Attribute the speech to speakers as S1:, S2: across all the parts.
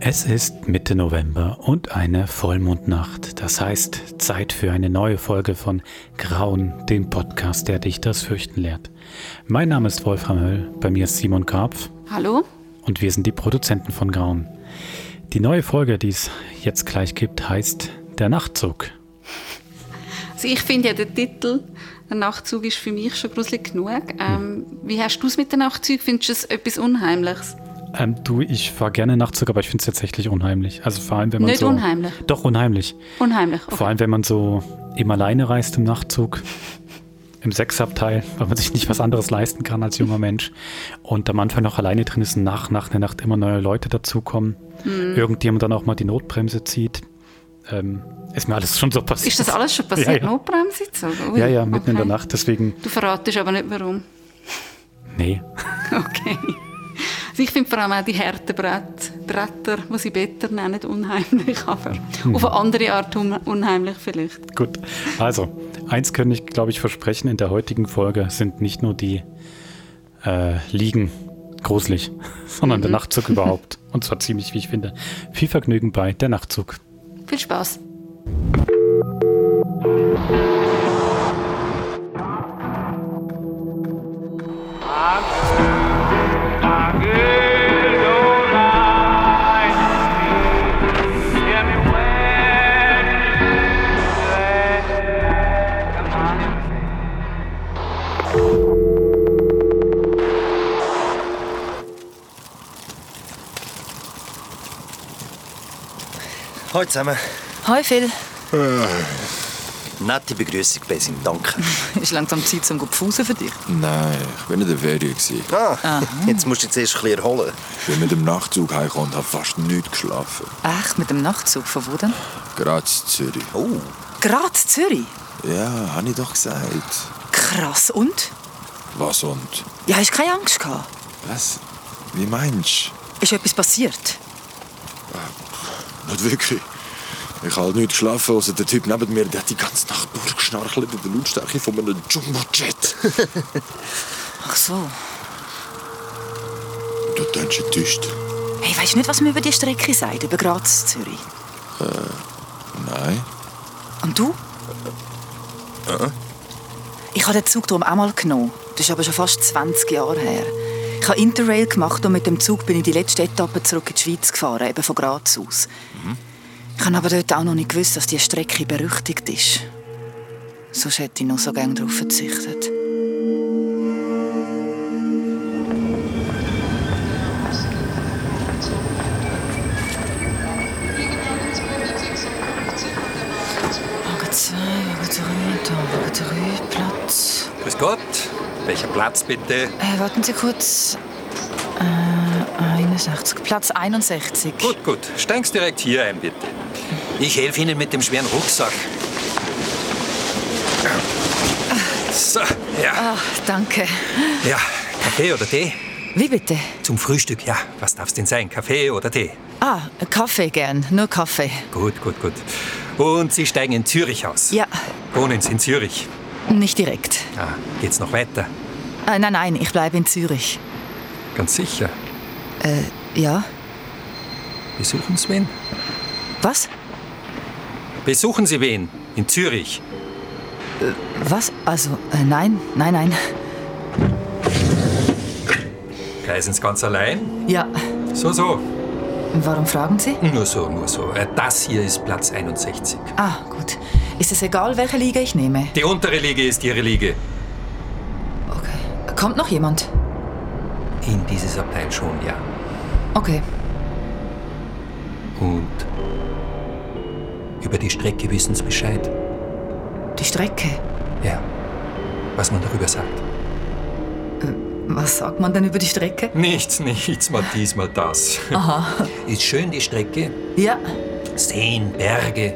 S1: Es ist Mitte November und eine Vollmondnacht. Das heißt, Zeit für eine neue Folge von Grauen, dem Podcast, der dich das Fürchten lehrt. Mein Name ist Wolfram Höll, bei mir ist Simon Karpf
S2: Hallo?
S1: und wir sind die Produzenten von Grauen. Die neue Folge, die es jetzt gleich gibt, heißt Der Nachtzug.
S2: Also ich finde ja den Titel «Der Nachtzug» ist für mich schon gruselig genug. Ähm, Wie hast du es mit den Nachtzügen? Findest du es etwas Unheimliches?
S1: Ähm, du, ich fahre gerne Nachtzug, aber ich finde es tatsächlich unheimlich. Also vor allem, wenn man
S2: Nicht
S1: so.
S2: unheimlich.
S1: Doch, unheimlich.
S2: Unheimlich. Oh, Okay.
S1: Vor allem, wenn man so eben alleine reist im Nachtzug, im Sechsabteil, weil man sich nicht was anderes leisten kann als junger Mensch. Und am Anfang noch alleine drin ist und nach, nach der Nacht immer neue Leute dazukommen.
S2: Mhm.
S1: Irgendjemand dann auch mal die Notbremse zieht. Ähm, ist mir alles schon so passiert.
S2: Ist das alles schon passiert?
S1: Ja, ja,
S2: Notbremse gezogen? Ui,
S1: ja, ja mitten in der
S2: okay.
S1: Nacht. Deswegen,
S2: Du verratest aber nicht, warum.
S1: nee.
S2: Okay. Also ich finde vor allem auch die harten Brett, Bretter, die sie Better nennen, unheimlich, aber
S1: Mhm.
S2: auf eine andere Art un unheimlich vielleicht.
S1: Gut, also, eins kann ich, glaube ich, versprechen, in der heutigen Folge sind nicht nur die äh, Liegen gruselig, sondern der Nachtzug überhaupt. Und zwar ziemlich, wie ich finde. Viel Vergnügen bei der Nachtzug.
S2: Viel Spaß.
S3: Hallo zusammen.
S4: Hi Phil,
S3: Nette Begrüßung, Basim, danke.
S4: ist langsam Zeit zum Gepfusen für dich.
S5: Nein, ich war nicht in der Ferien. gewesen.
S3: Ah, jetzt musst du jetzt erst ein bisschen erholen.
S5: Ich bin mit dem Nachtzug heimgekommen und habe fast nichts geschlafen.
S4: Echt, mit dem Nachtzug von wo denn?
S5: Graz, Zürich.
S3: Oh,
S4: Graz, Zürich.
S5: Ja, habe ich doch gesagt.
S4: Krass, und?
S5: Was und?
S4: Ja, hast keine Angst gehabt?
S5: Was? Wie meinst
S4: Ist etwas passiert?
S5: du? Nicht wirklich. Ich habe halt nicht geschlafen, außer der Typ neben mir, der hat die ganze Nacht durchgeschnarchelt in der Lautstärke von einem Jumbo-Jet.
S4: Ach so.
S5: du tönst enttäuscht.
S4: Hey, weißt du nicht, was man über die Strecke sagt, über Graz, Zürich?
S5: Nein.
S4: Und du? Ich habe den Zug darum auch mal genommen. Das ist aber schon fast 20 Jahre her. Ich habe Interrail gemacht und mit dem Zug bin ich die letzte Etappe zurück in die Schweiz gefahren, eben von Graz aus. Ich habe aber dort auch noch nicht gewusst, dass die Strecke berüchtigt ist. Sonst hätte ich noch so gerne darauf verzichtet. Wagen 2, Wagen 3, Wagen 3, Platz.
S6: Grüß Gott. Welcher Platz bitte?
S4: Äh, warten Sie kurz. Äh, 61. Platz 61.
S6: Gut, gut. Steig's direkt hier ein, bitte. Ich helfe Ihnen mit dem schweren Rucksack. So, ja,
S4: Ah, danke.
S6: ja. Kaffee oder Tee?
S4: Wie bitte?
S6: Zum Frühstück, ja. Was darf's denn sein? Kaffee oder Tee?
S4: Ah, Kaffee gern. Nur Kaffee.
S6: Gut, gut, gut. Und Sie steigen in Zürich aus?
S4: Ja,
S6: Wohnen Sie in Zürich?
S4: nicht direkt.
S6: Ah, geht's noch weiter?
S4: Äh, nein, nein, ich bleibe in Zürich.
S6: Ganz sicher.
S4: Ja?
S6: Besuchen Sie wen?
S4: Was?
S6: Besuchen Sie wen? In Zürich.
S4: Was? Also, äh, nein, nein, nein.
S6: Reisen Sie ganz allein?
S4: Ja.
S6: So, so.
S4: Warum fragen Sie?
S6: Nur so, nur so. Äh, Das hier ist Platz 61.
S4: Ah, gut. Ist es egal, welche Liga ich nehme?
S6: Die untere Liege ist Ihre Liege.
S4: Okay. Kommt noch jemand?
S6: In dieses Abteil schon, ja.
S4: Okay.
S6: Und über die Strecke wissen Sie Bescheid.
S4: Die Strecke.
S6: Ja. Was man darüber sagt.
S4: Was sagt man denn über die Strecke?
S6: Nichts, nichts, mal dies, mal das.
S4: Aha.
S6: Ist schön die Strecke.
S4: Ja,
S6: Seen, Berge,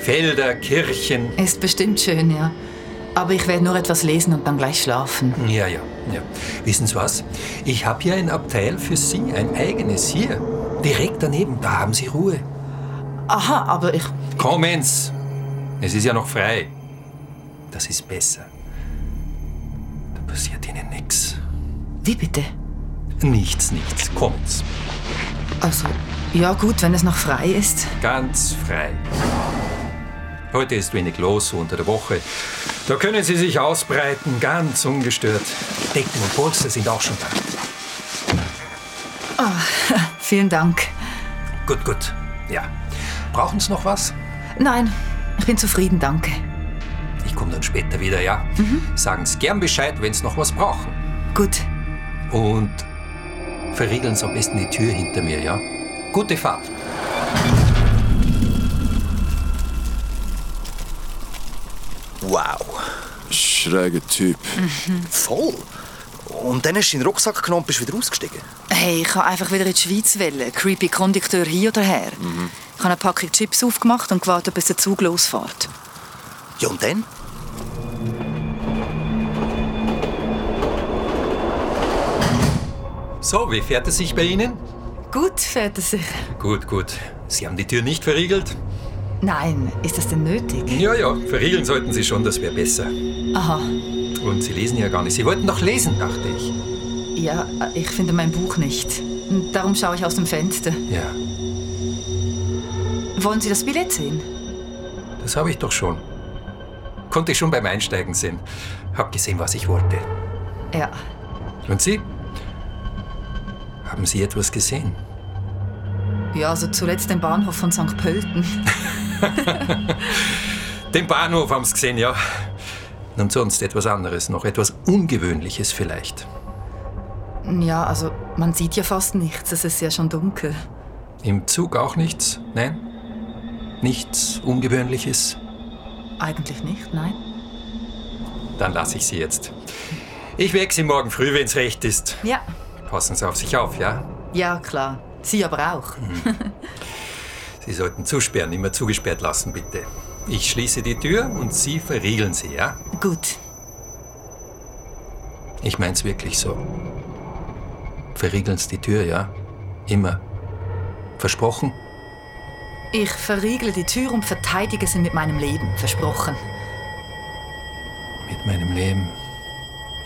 S6: Felder, Kirchen.
S4: Ist bestimmt schön, ja. Aber ich werde nur etwas lesen und dann gleich schlafen.
S6: Ja, ja, ja. Wissen Sie was? Ich habe hier ein Abteil für Sie, ein eigenes hier. Direkt daneben, da haben Sie Ruhe.
S4: Aha, aber ich.
S6: Kommens! Es ist ja noch frei. Das ist besser. Da passiert Ihnen nichts.
S4: Wie bitte?
S6: Nichts, nichts. Kommens.
S4: Also, Ja gut, wenn es noch frei ist.
S6: Ganz frei. Heute ist wenig los unter der Woche. Da können Sie sich ausbreiten, ganz ungestört. Decken und Polster sind auch schon da.
S4: Vielen Dank.
S6: Gut, gut. Ja. Brauchen Sie noch was?
S4: Nein, ich bin zufrieden, danke.
S6: Ich komme dann später wieder, ja. Sagen Sie gern Bescheid, wenn Sie noch was brauchen.
S4: Gut.
S6: Und verriegeln Sie am besten die Tür hinter mir, ja? Gute Fahrt.
S3: Wow.
S5: Schräger Typ.
S3: Voll. Und dann hast du deinen Rucksack genommen und bist wieder ausgestiegen.
S4: Hey, ich kann einfach wieder in die Schweiz wollen. Creepy Kondukteur hier oder her. Ich habe eine Packung Chips aufgemacht und gewartet, bis der Zug losfährt.
S3: Ja, und dann?
S6: So, wie fährt es sich bei Ihnen?
S4: Gut, fährt es sich.
S6: Gut, gut. Sie haben die Tür nicht verriegelt?
S4: Nein, ist das denn nötig?
S6: Ja, ja, verriegeln sollten Sie schon, das wäre besser.
S4: Aha.
S6: Und Sie lesen ja gar nicht. Sie wollten doch lesen, dachte ich.
S4: Ja, ich finde mein Buch nicht. Und Darum schaue ich aus dem Fenster.
S6: Ja,
S4: Wollen Sie das Billett sehen?
S6: das habe ich doch schon. Konnte ich schon beim Einsteigen sehen. Hab gesehen, was ich wollte.
S4: Ja.
S6: Und Sie? Haben Sie etwas gesehen?
S4: Ja, also zuletzt den Bahnhof von St. Pölten.
S6: Den Bahnhof haben Sie gesehen, ja. Und sonst etwas anderes, noch etwas Ungewöhnliches vielleicht.
S4: Ja, also man sieht ja fast nichts. Es ist ja schon dunkel.
S6: Im Zug auch nichts? Nein? Nichts Ungewöhnliches?
S4: Eigentlich nicht, nein.
S6: Dann lasse ich Sie jetzt. Ich wecke Sie morgen früh, wenn's recht ist.
S4: Ja.
S6: Passen Sie auf sich auf, ja?
S4: Ja, klar. Sie aber auch.
S6: Sie sollten zusperren, immer zugesperrt lassen, bitte. Ich schließe die Tür und Sie verriegeln sie, ja?
S4: Gut.
S6: Ich mein's wirklich so. Verriegeln Sie die Tür, ja? Immer. Versprochen?
S4: Ich verriegle die Tür und verteidige sie mit meinem Leben. Versprochen.
S6: Mit meinem Leben.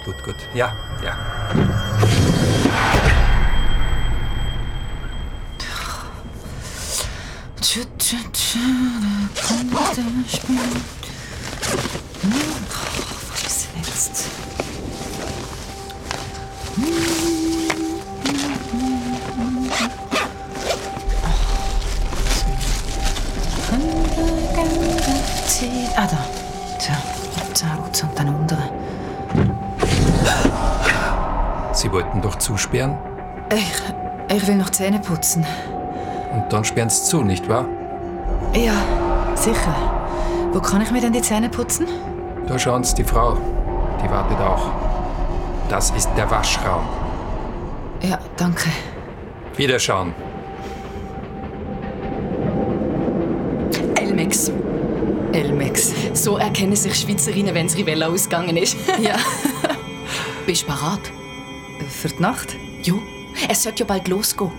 S6: Gut, gut. Ja, ja.
S4: Tschü, tschü, tschü, da kommt der Spiel. Hm, Was ist denn jetzt? Ah, da. Tja, sehr gut. Und dann untere.
S6: Sie wollten doch zusperren
S4: Ich, ich will noch Zähne putzen.
S6: und dann sperren Sie zu, nicht wahr?
S4: Ja, sicher. Wo kann ich mir denn die Zähne putzen?
S6: Da schauen Sie die Frau. Die wartet auch. Das ist der Waschraum.
S4: Ja, danke.
S6: Wiederschauen.
S7: Elmex.
S4: Elmex.
S7: So erkennen sich Schweizerinnen, wenn das Rivella ausgegangen ist.
S4: Ja.
S7: Bist du parat?
S4: Für die Nacht?
S7: Jo, es sollte ja bald losgehen.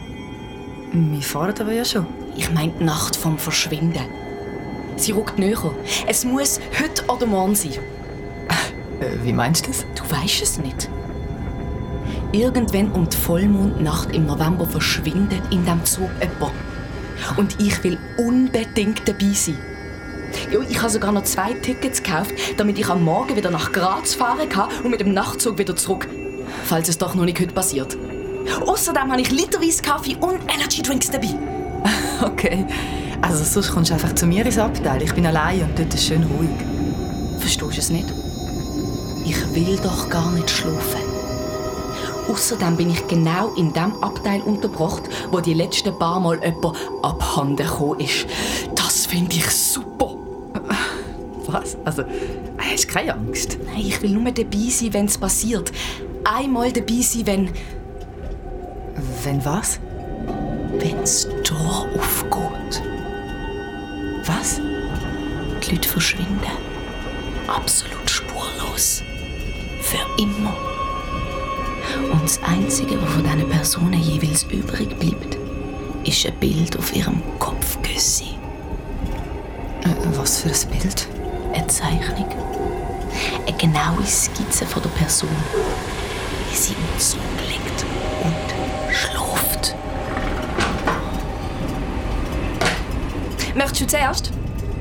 S4: Wir fahren aber ja schon.
S7: Ich meine die Nacht vom Verschwinden. Sie rückt näher. Es muss heute oder morgen sein.
S4: Äh, wie meinst du das?
S7: Du weißt es nicht. Irgendwann um die Vollmondnacht im November verschwindet in dem Zug jemand. Und ich will unbedingt dabei sein. Ja, ich habe sogar noch zwei Tickets gekauft, damit ich am Morgen wieder nach Graz fahren kann und mit dem Nachtzug wieder zurück. Falls es doch noch nicht heute passiert. Außerdem habe ich literweise Kaffee und Energy Drinks dabei.
S4: Okay. Also sonst kommst du einfach zu mir ins Abteil. Ich bin allein und dort ist schön ruhig.
S7: Verstehst du es nicht? Ich will doch gar nicht schlafen. Außerdem bin ich genau in dem Abteil unterbrochen, wo die letzten paar Mal jemand abhanden gekommen ist. Das finde ich super.
S4: Was? Also, hast du keine Angst?
S7: Nein, ich will nur dabei sein, wenn es passiert. Einmal dabei sein, wenn
S4: Wenn was?
S7: wenn's Tor aufgeht.
S4: Was?
S7: Die Leute verschwinden. Absolut spurlos. Für immer. Und das Einzige, was von diesen Personen jeweils übrig bleibt, ist ein Bild auf ihrem Kopfgüssi.
S4: Äh, was für ein Bild?
S7: Eine Zeichnung. Eine genaue Skizze von der Person, wie sie im Zug liegt und schläft. Möchtest du zuerst?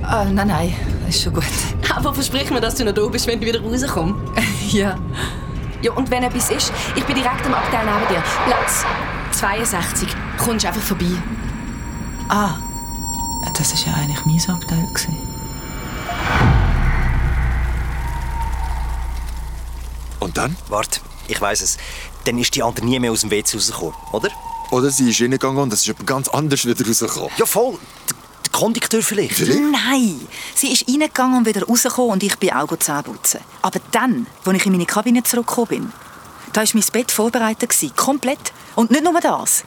S4: Ah, nein, nein, ist schon gut.
S7: Aber versprich mir, dass du noch da bist, wenn du wieder rauskommst.
S4: Ja.
S7: Ja, und wenn etwas ist, ich bin direkt am Abteil neben dir. Platz 62. Kommst einfach vorbei.
S4: Ah, das war ja eigentlich mein Abteil. gewesen.
S5: Und dann?
S3: Warte, ich weiß es. Dann ist die andere nie mehr aus dem WC rausgekommen, oder?
S5: Oder sie ist reingegangen und es ist jemand ganz anders wieder rausgekommen.
S3: Ja, voll. D- Der Kondukteur vielleicht.
S4: Nein, sie ist reingegangen und wieder rausgekommen und ich bin auch gut Zähne putzen. Aber dann, als ich in meine Kabine zurückgekommen bin, da war mein Bett vorbereitet, gewesen, komplett. Und nicht nur das.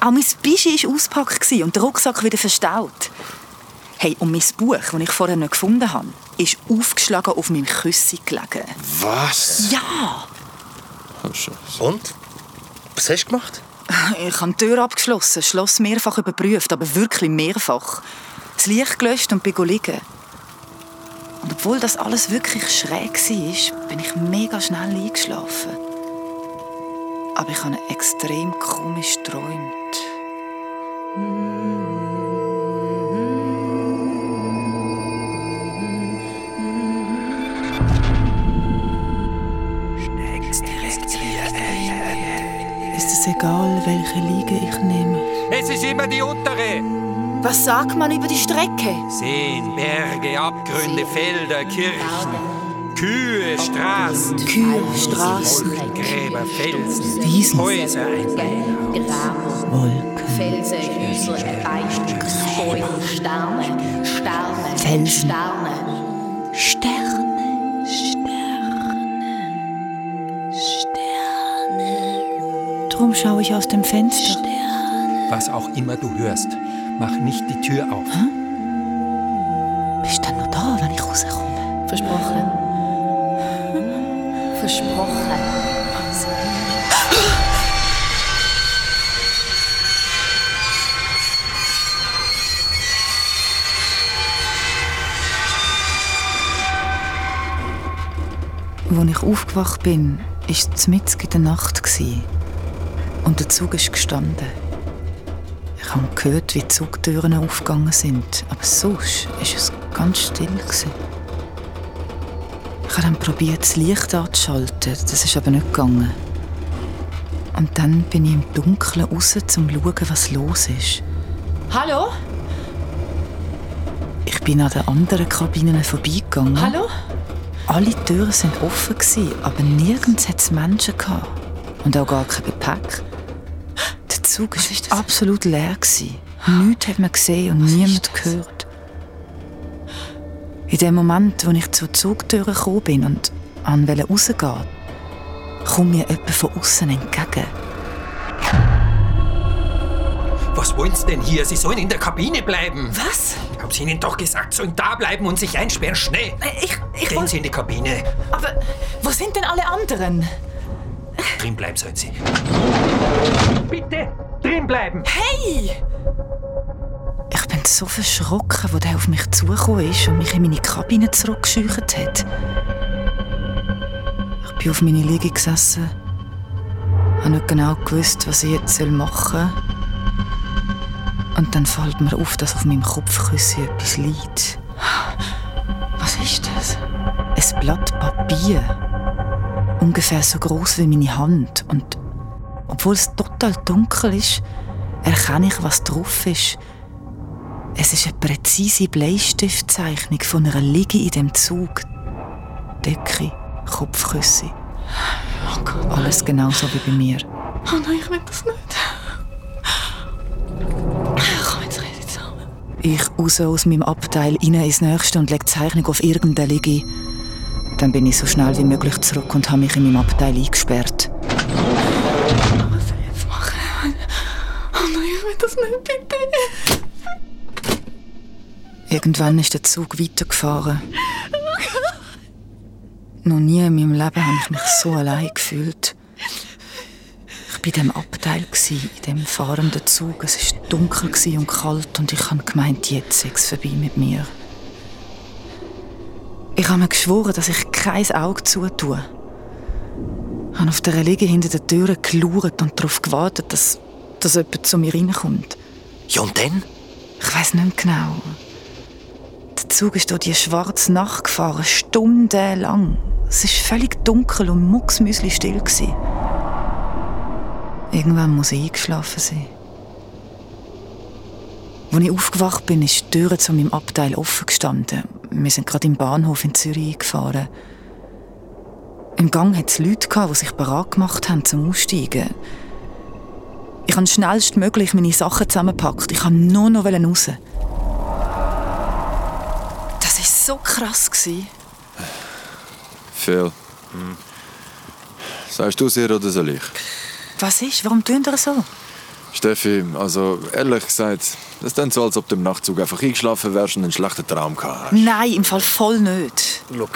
S4: Auch mein Bischi war ausgepackt gewesen und der Rucksack wieder verstaut. Hey, und mein Buch, das ich vorher nicht gefunden habe, ist aufgeschlagen auf meinem Küssi gelegen.
S5: Was?
S4: Ja,
S5: Oh, Scheiße.
S3: Und? Was hast du gemacht?
S4: ich habe die Tür abgeschlossen, das Schloss mehrfach überprüft, aber wirklich mehrfach. Das Licht gelöscht und bin liegen. Und obwohl das alles wirklich schräg war, bin ich mega schnell eingeschlafen. Aber ich habe extrem komisch geträumt. Ist es egal, welche Liege ich nehme?
S6: Es ist immer die untere.
S4: Was sagt man über die Strecke?
S6: Seen, Berge, Abgründe, Felder, Kirchen. Kühe, Straßen,
S4: Kühe, Straßen,
S6: Gräber, Felsen,
S4: Wiesen.
S6: Häuser,
S4: Wolken.
S8: Felsen, Häuser, Beichten, Bäume, Sterne, Sterne,
S4: Felsen.
S8: Sterne. Sterne, Sterne, Sterne,
S4: Drum schaue ich aus dem Fenster.
S6: Was auch immer du hörst, mach nicht die Tür auf.
S4: Bist dann noch da, wenn ich rauskomme?
S8: Versprochen. Versprochen.
S4: Als ich aufgewacht bin, war es mitten in der Nacht. gewesen. Und der Zug ist gestanden. Ich habe gehört, wie die Zugtüren aufgegangen sind, aber sonst war es ganz still. gewesen. Ich habe dann probiert, das Licht anzuschalten, das ist aber nicht gegangen. Und dann bin ich im Dunkeln raus, um zu schauen, was los ist.
S7: Hallo?
S4: Ich bin an den anderen Kabinen vorbeigegangen.
S7: Hallo?
S4: Alle Türen sind offen gewesen, aber nirgends hat es Menschen gehabt. und auch gar kein Gepäck. Der Zug
S7: ist
S4: war
S7: das?
S4: absolut leer gewesen. Nichts hat man gesehen und niemand gehört. In dem Moment, wo ich zur Zugtür gekommen bin und an wollte rausgehen, kommt mir jemand von außen entgegen.
S6: Was wollen Sie denn hier? Sie sollen in der Kabine bleiben. Was? Ich hab's Ihnen doch gesagt, sollen da bleiben und sich einsperren, schnell.
S4: Ich,
S6: Gehen Sie in die Kabine.
S4: aber wo sind denn alle anderen?
S6: Drin bleiben sollen Sie. Bitte, drin bleiben.
S4: Ich bin so verschrocken, wo der auf mich zugekommen ist und mich in meine Kabine zurückgescheucht hat. Ich bin auf meine Liege gesessen, habe nicht genau gewusst, was ich jetzt machen soll. Und dann fällt mir auf, dass auf meinem Kopfkissen etwas liegt. Was ist das? Ein Blatt Papier. Ungefähr so groß wie meine Hand. Und obwohl es total dunkel ist, erkenne ich, was drauf ist. Es ist eine präzise Bleistiftzeichnung von einer Liege in dem Zug. Decke, Kopfküsse. Alles genauso wie bei mir.
S7: Oh nein, ich will das nicht. Komm, jetzt rede zusammen.
S4: Ich raus aus meinem Abteil, rein ins nächste und lege die Zeichnung auf irgendeine Liege. Dann bin ich so schnell wie möglich zurück und habe mich in meinem Abteil eingesperrt.
S7: Was soll ich jetzt machen? Oh nein, ich will das nicht, bitte.
S4: Irgendwann ist der Zug weitergefahren. Noch nie in meinem Leben habe ich mich so allein gefühlt. Ich war in diesem Abteil, gewesen, in diesem fahrenden Zug. Es war dunkel gewesen und kalt und ich habe gemeint, jetzt sei es vorbei mit mir. Ich habe mir geschworen, dass ich kein Auge zutue. Ich habe auf der Liege hinter der Tür geschaut und darauf gewartet, dass, dass jemand zu mir reinkommt.
S3: Ja, und dann?
S4: Ich weiß nicht mehr genau. Der Zug ist durch die schwarze Nacht gefahren, stundenlang. Es ist völlig dunkel und mucksmüsli still. Gewesen. Irgendwann muss ich eingeschlafen sein. Als ich aufgewacht bin, ist die Tür zu meinem Abteil offen gestanden. Wir sind gerade im Bahnhof in Zürich eingefahren. Im Gang hatte es Leute, gehabt, die sich bereit gemacht haben zum Aussteigen. Ich habe schnellstmöglich meine Sachen zusammengepackt. Ich wollte nur noch raus. Das war so krass. gewesen.
S5: Phil. Hm. Sagst du es ihr oder soll ich?
S4: Was ist? Warum tun ihr so?
S5: Steffi, also ehrlich gesagt, das klingt so, als ob du im Nachtzug einfach eingeschlafen wärst und einen schlechten Traum gehabt hast.
S4: Nein, im Fall voll nicht.
S3: Schau,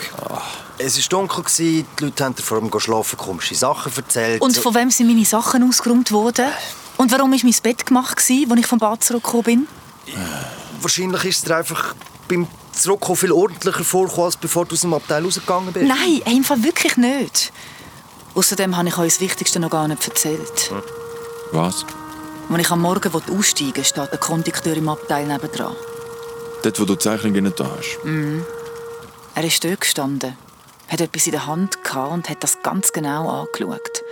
S3: es war dunkel, gewesen, die Leute haben dir vor dem Schlafen komische Sachen erzählt.
S4: Und von wem sind meine Sachen ausgeräumt worden? Und warum war mein Bett gemacht, gewesen, als ich vom Bad zurückgekommen bin?
S3: Wahrscheinlich ist es dir einfach beim Zurückkommen viel ordentlicher vorgekommen, als bevor du aus dem Abteil rausgegangen bist.
S4: Nein, ey, im Fall wirklich nicht. Außerdem habe ich euch das Wichtigste noch gar nicht erzählt.
S5: Was?
S4: Als ich am Morgen wollte aussteigen wollte, steht der Kondukteur im Abteil nebendran.
S5: Dort, wo du die Zeichnungen nicht da hast.
S4: Er ist dort gestanden, hat etwas in der Hand gehabt und hat das ganz genau angeschaut.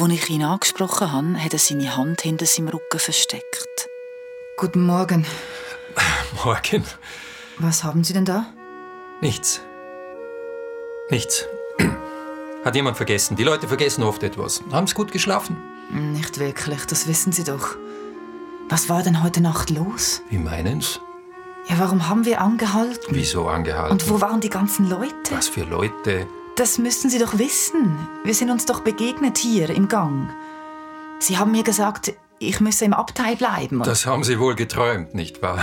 S4: Als ich ihn angesprochen habe, hat er seine Hand hinter seinem Rücken versteckt. Guten Morgen.
S6: Morgen.
S4: Was haben Sie denn da?
S6: Nichts. Nichts. Hat jemand vergessen. Die Leute vergessen oft etwas. Haben's gut geschlafen?
S4: Nicht wirklich, das wissen Sie doch. Was war denn heute Nacht los?
S6: Wie meinen's?
S4: Ja, warum haben wir angehalten?
S6: Wieso angehalten?
S4: Und wo waren die ganzen Leute?
S6: Was für Leute?
S4: Das müssen Sie doch wissen. Wir sind uns doch begegnet hier im Gang. Sie haben mir gesagt, ich müsse im Abteil bleiben. Und,
S6: Das haben sie wohl geträumt, nicht wahr?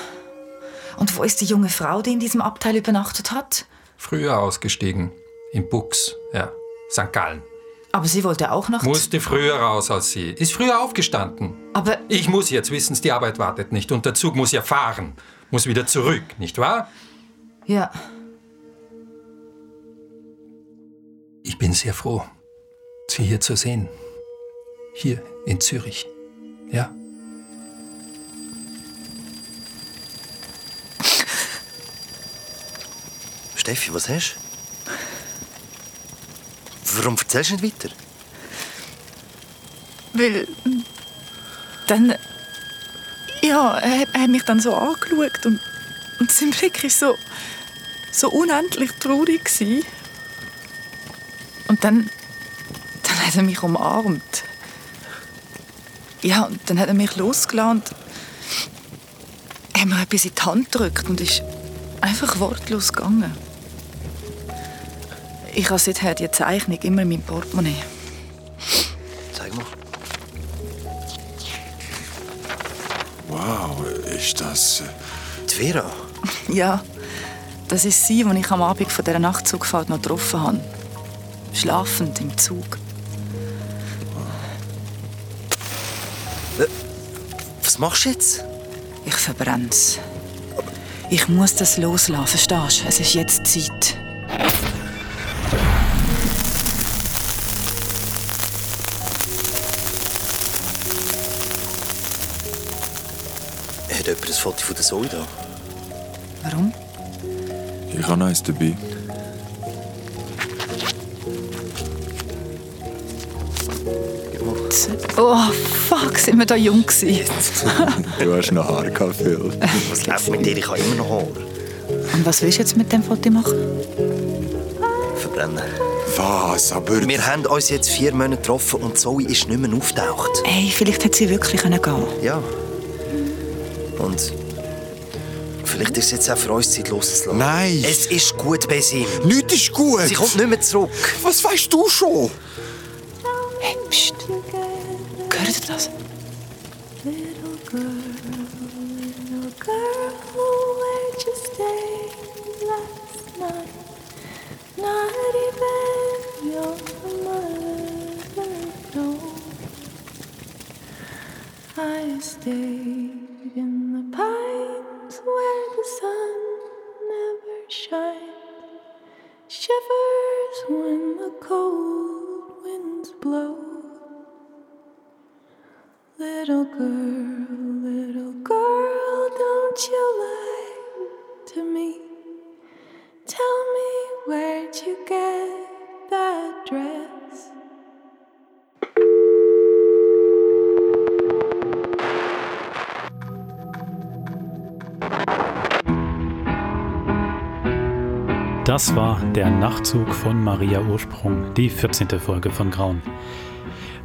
S4: und wo ist die junge Frau, die in diesem Abteil übernachtet hat?
S6: Früher ausgestiegen. Im Buchs, ja. St. Gallen.
S4: Aber sie wollte auch noch.
S6: Musste früher raus als sie. Ist früher aufgestanden.
S4: Aber
S6: Ich muss jetzt wissen's, die Arbeit wartet nicht. Und der Zug muss ja fahren. Muss wieder zurück, nicht wahr?
S4: ja,
S6: Ich bin sehr froh, Sie hier zu sehen. Hier in Zürich. Ja.
S3: Steffi, was hast du? Warum erzählst du nicht weiter?
S4: weil dann ja, er hat- er hat mich dann so angeschaut und, und sein Blick ist so so unendlich traurig gewesen. Und dann dann hat er mich umarmt. Ja, und dann hat er mich losgelassen und hat mir etwas in die Hand gedrückt und ist einfach wortlos gegangen. Ich habe seither die Zeichnung immer in meinem Portemonnaie.
S3: Zeig mal.
S5: Wow, ist das... äh,
S3: Die Vera.
S4: Ja, das ist sie, die ich am Abend von dieser Nachtzugfahrt noch getroffen habe. Schlafend im Zug.
S3: Was machst du jetzt?
S4: Ich verbrenne es. Ich muss das loslassen, verstehst du? Es ist jetzt Zeit.
S3: Hat jemand ein Foto von der Zoe da?
S4: Warum?
S5: Ich habe eins dabei.
S4: Oh, fuck, sind wir da jung gewesen.
S5: Du hast noch Haare gehabt, Phil.
S3: Was läuft mit dir? Ich kann immer noch Hunger.
S4: Und was willst du jetzt mit dem Foto machen?
S3: Verbrennen.
S5: Was, aber...
S3: Wir haben uns jetzt vier Monate getroffen und Zoe ist nicht mehr auftaucht.
S4: Hey, vielleicht hätte sie wirklich gehen können.
S3: Ja. Und vielleicht ist es jetzt auch für uns Zeit loszulassen.
S5: Nein.
S3: Es ist gut bei ihm.
S5: Nichts ist gut.
S3: Sie kommt nicht mehr zurück.
S5: Was weißt du schon?
S4: Hey, pst. Hört ihr das?
S8: Girl, where'd you stay last night? Not even your mother knows. I stayed in the pines where the sun never shines. Shivers when the cold winds blow. Little girl, little
S1: Das war der Nachtzug von Maria Ursprung, die 14. Folge von Grauen.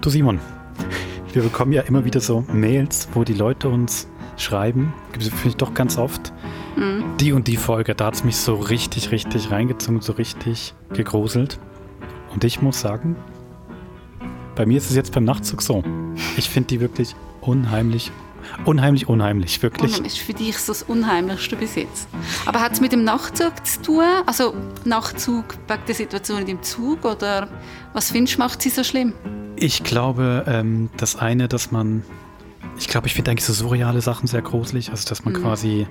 S1: Du Simon, wir bekommen ja immer wieder so Mails, wo die Leute uns schreiben, gibt es finde ich doch ganz oft, die und die Folge, da hat es mich so richtig, richtig reingezogen, so richtig gegruselt. Und ich muss sagen, bei mir ist es jetzt beim Nachtzug so. Ich finde die wirklich unheimlich, unheimlich, unheimlich, wirklich.
S2: Das ist für dich so das Unheimlichste bis jetzt. Aber hat es mit dem Nachtzug zu tun? Also Nachtzug wegen der Situation in dem Zug? Oder was findest du, macht sie so schlimm?
S1: Ich glaube, ähm, das eine, dass man. Ich glaube, ich finde eigentlich so surreale Sachen sehr gruselig. Also, dass man
S2: Mhm.
S1: quasi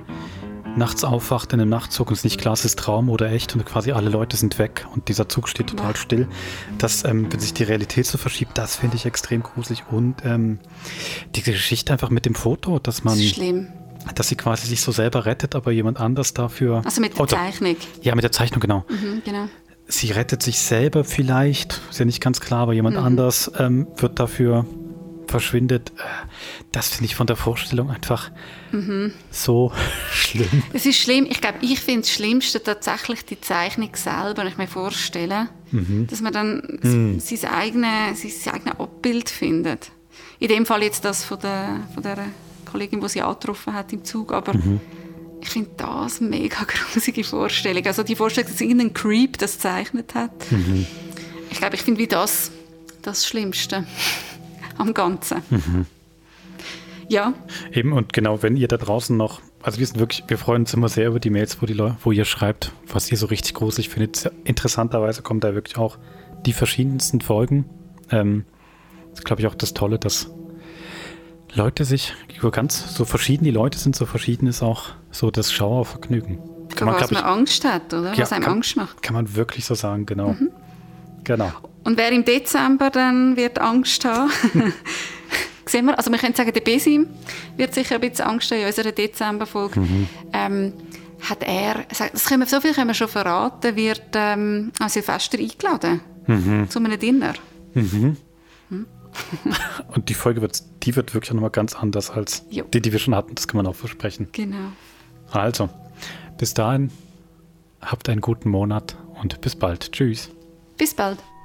S1: nachts aufwacht in einem Nachtzug und es nicht klar ist, ist Traum oder echt und quasi alle Leute sind weg und dieser Zug steht total still. Das, ähm, wenn sich die Realität so verschiebt, das finde ich extrem gruselig. Und ähm, die Geschichte einfach mit dem Foto, dass man.
S2: Das ist schlimm.
S1: Dass sie quasi sich so selber rettet, aber jemand anders dafür.
S2: Also mit der
S1: Oh, da-
S2: Zeichnung.
S1: Ja, mit der Zeichnung, genau
S2: Mhm, genau.
S1: sie rettet sich selber vielleicht, ist ja nicht ganz klar, aber jemand anders ähm, wird dafür verschwindet. Äh, Das finde ich von der Vorstellung einfach so schlimm.
S2: Es ist schlimm. Ich glaube, ich finde das Schlimmste tatsächlich die Zeichnung selber. Ich mir vorstellen,
S1: Mhm.
S2: dass man dann s- sein eigenes sein eigene Abbild findet. In dem Fall jetzt das von der, von der Kollegin, die sie angetroffen hat im Zug. Aber
S1: Mhm.
S2: ich finde das eine mega grusige Vorstellung. Also die Vorstellung, dass irgendein Creep das gezeichnet hat.
S1: Mhm.
S2: Ich glaube, ich finde wie das das Schlimmste am Ganzen.
S1: Mhm.
S2: Ja,
S1: Eben und genau, wenn ihr da draußen noch, also wir sind wirklich, wir freuen uns immer sehr über die Mails, wo, die Leu wo ihr schreibt, was ihr so richtig gruselig findet. Interessanterweise kommen da wirklich auch die verschiedensten Folgen. Ähm, das ist, glaube ich, auch das Tolle, dass Leute sich über ganz, so verschieden die Leute sind, so verschieden ist auch so das Schauervergnügen.
S2: vor was
S1: glaub
S2: man Angst hat, oder?
S1: ja,
S2: was einem
S1: kann,
S2: Angst Mhm. macht.
S1: Kann man wirklich so sagen, genau. Genau.
S2: Und wer im Dezember dann wird Angst haben, sehen wir, also wir können sagen, der Besim wird sicher ein bisschen Angst haben in unserer Dezemberfolge. Ähm, hat er, sagt- das können wir, so viel können wir schon verraten, wird ähm, am Silvester eingeladen zu einem Dinner.
S1: Und die Folge wird, die wird wirklich nochmal ganz anders als
S2: Jo.
S1: die, die wir schon hatten. Das kann man auch versprechen.
S2: Genau.
S1: Also, bis dahin, habt einen guten Monat und bis bald. Tschüss.
S2: Bis bald.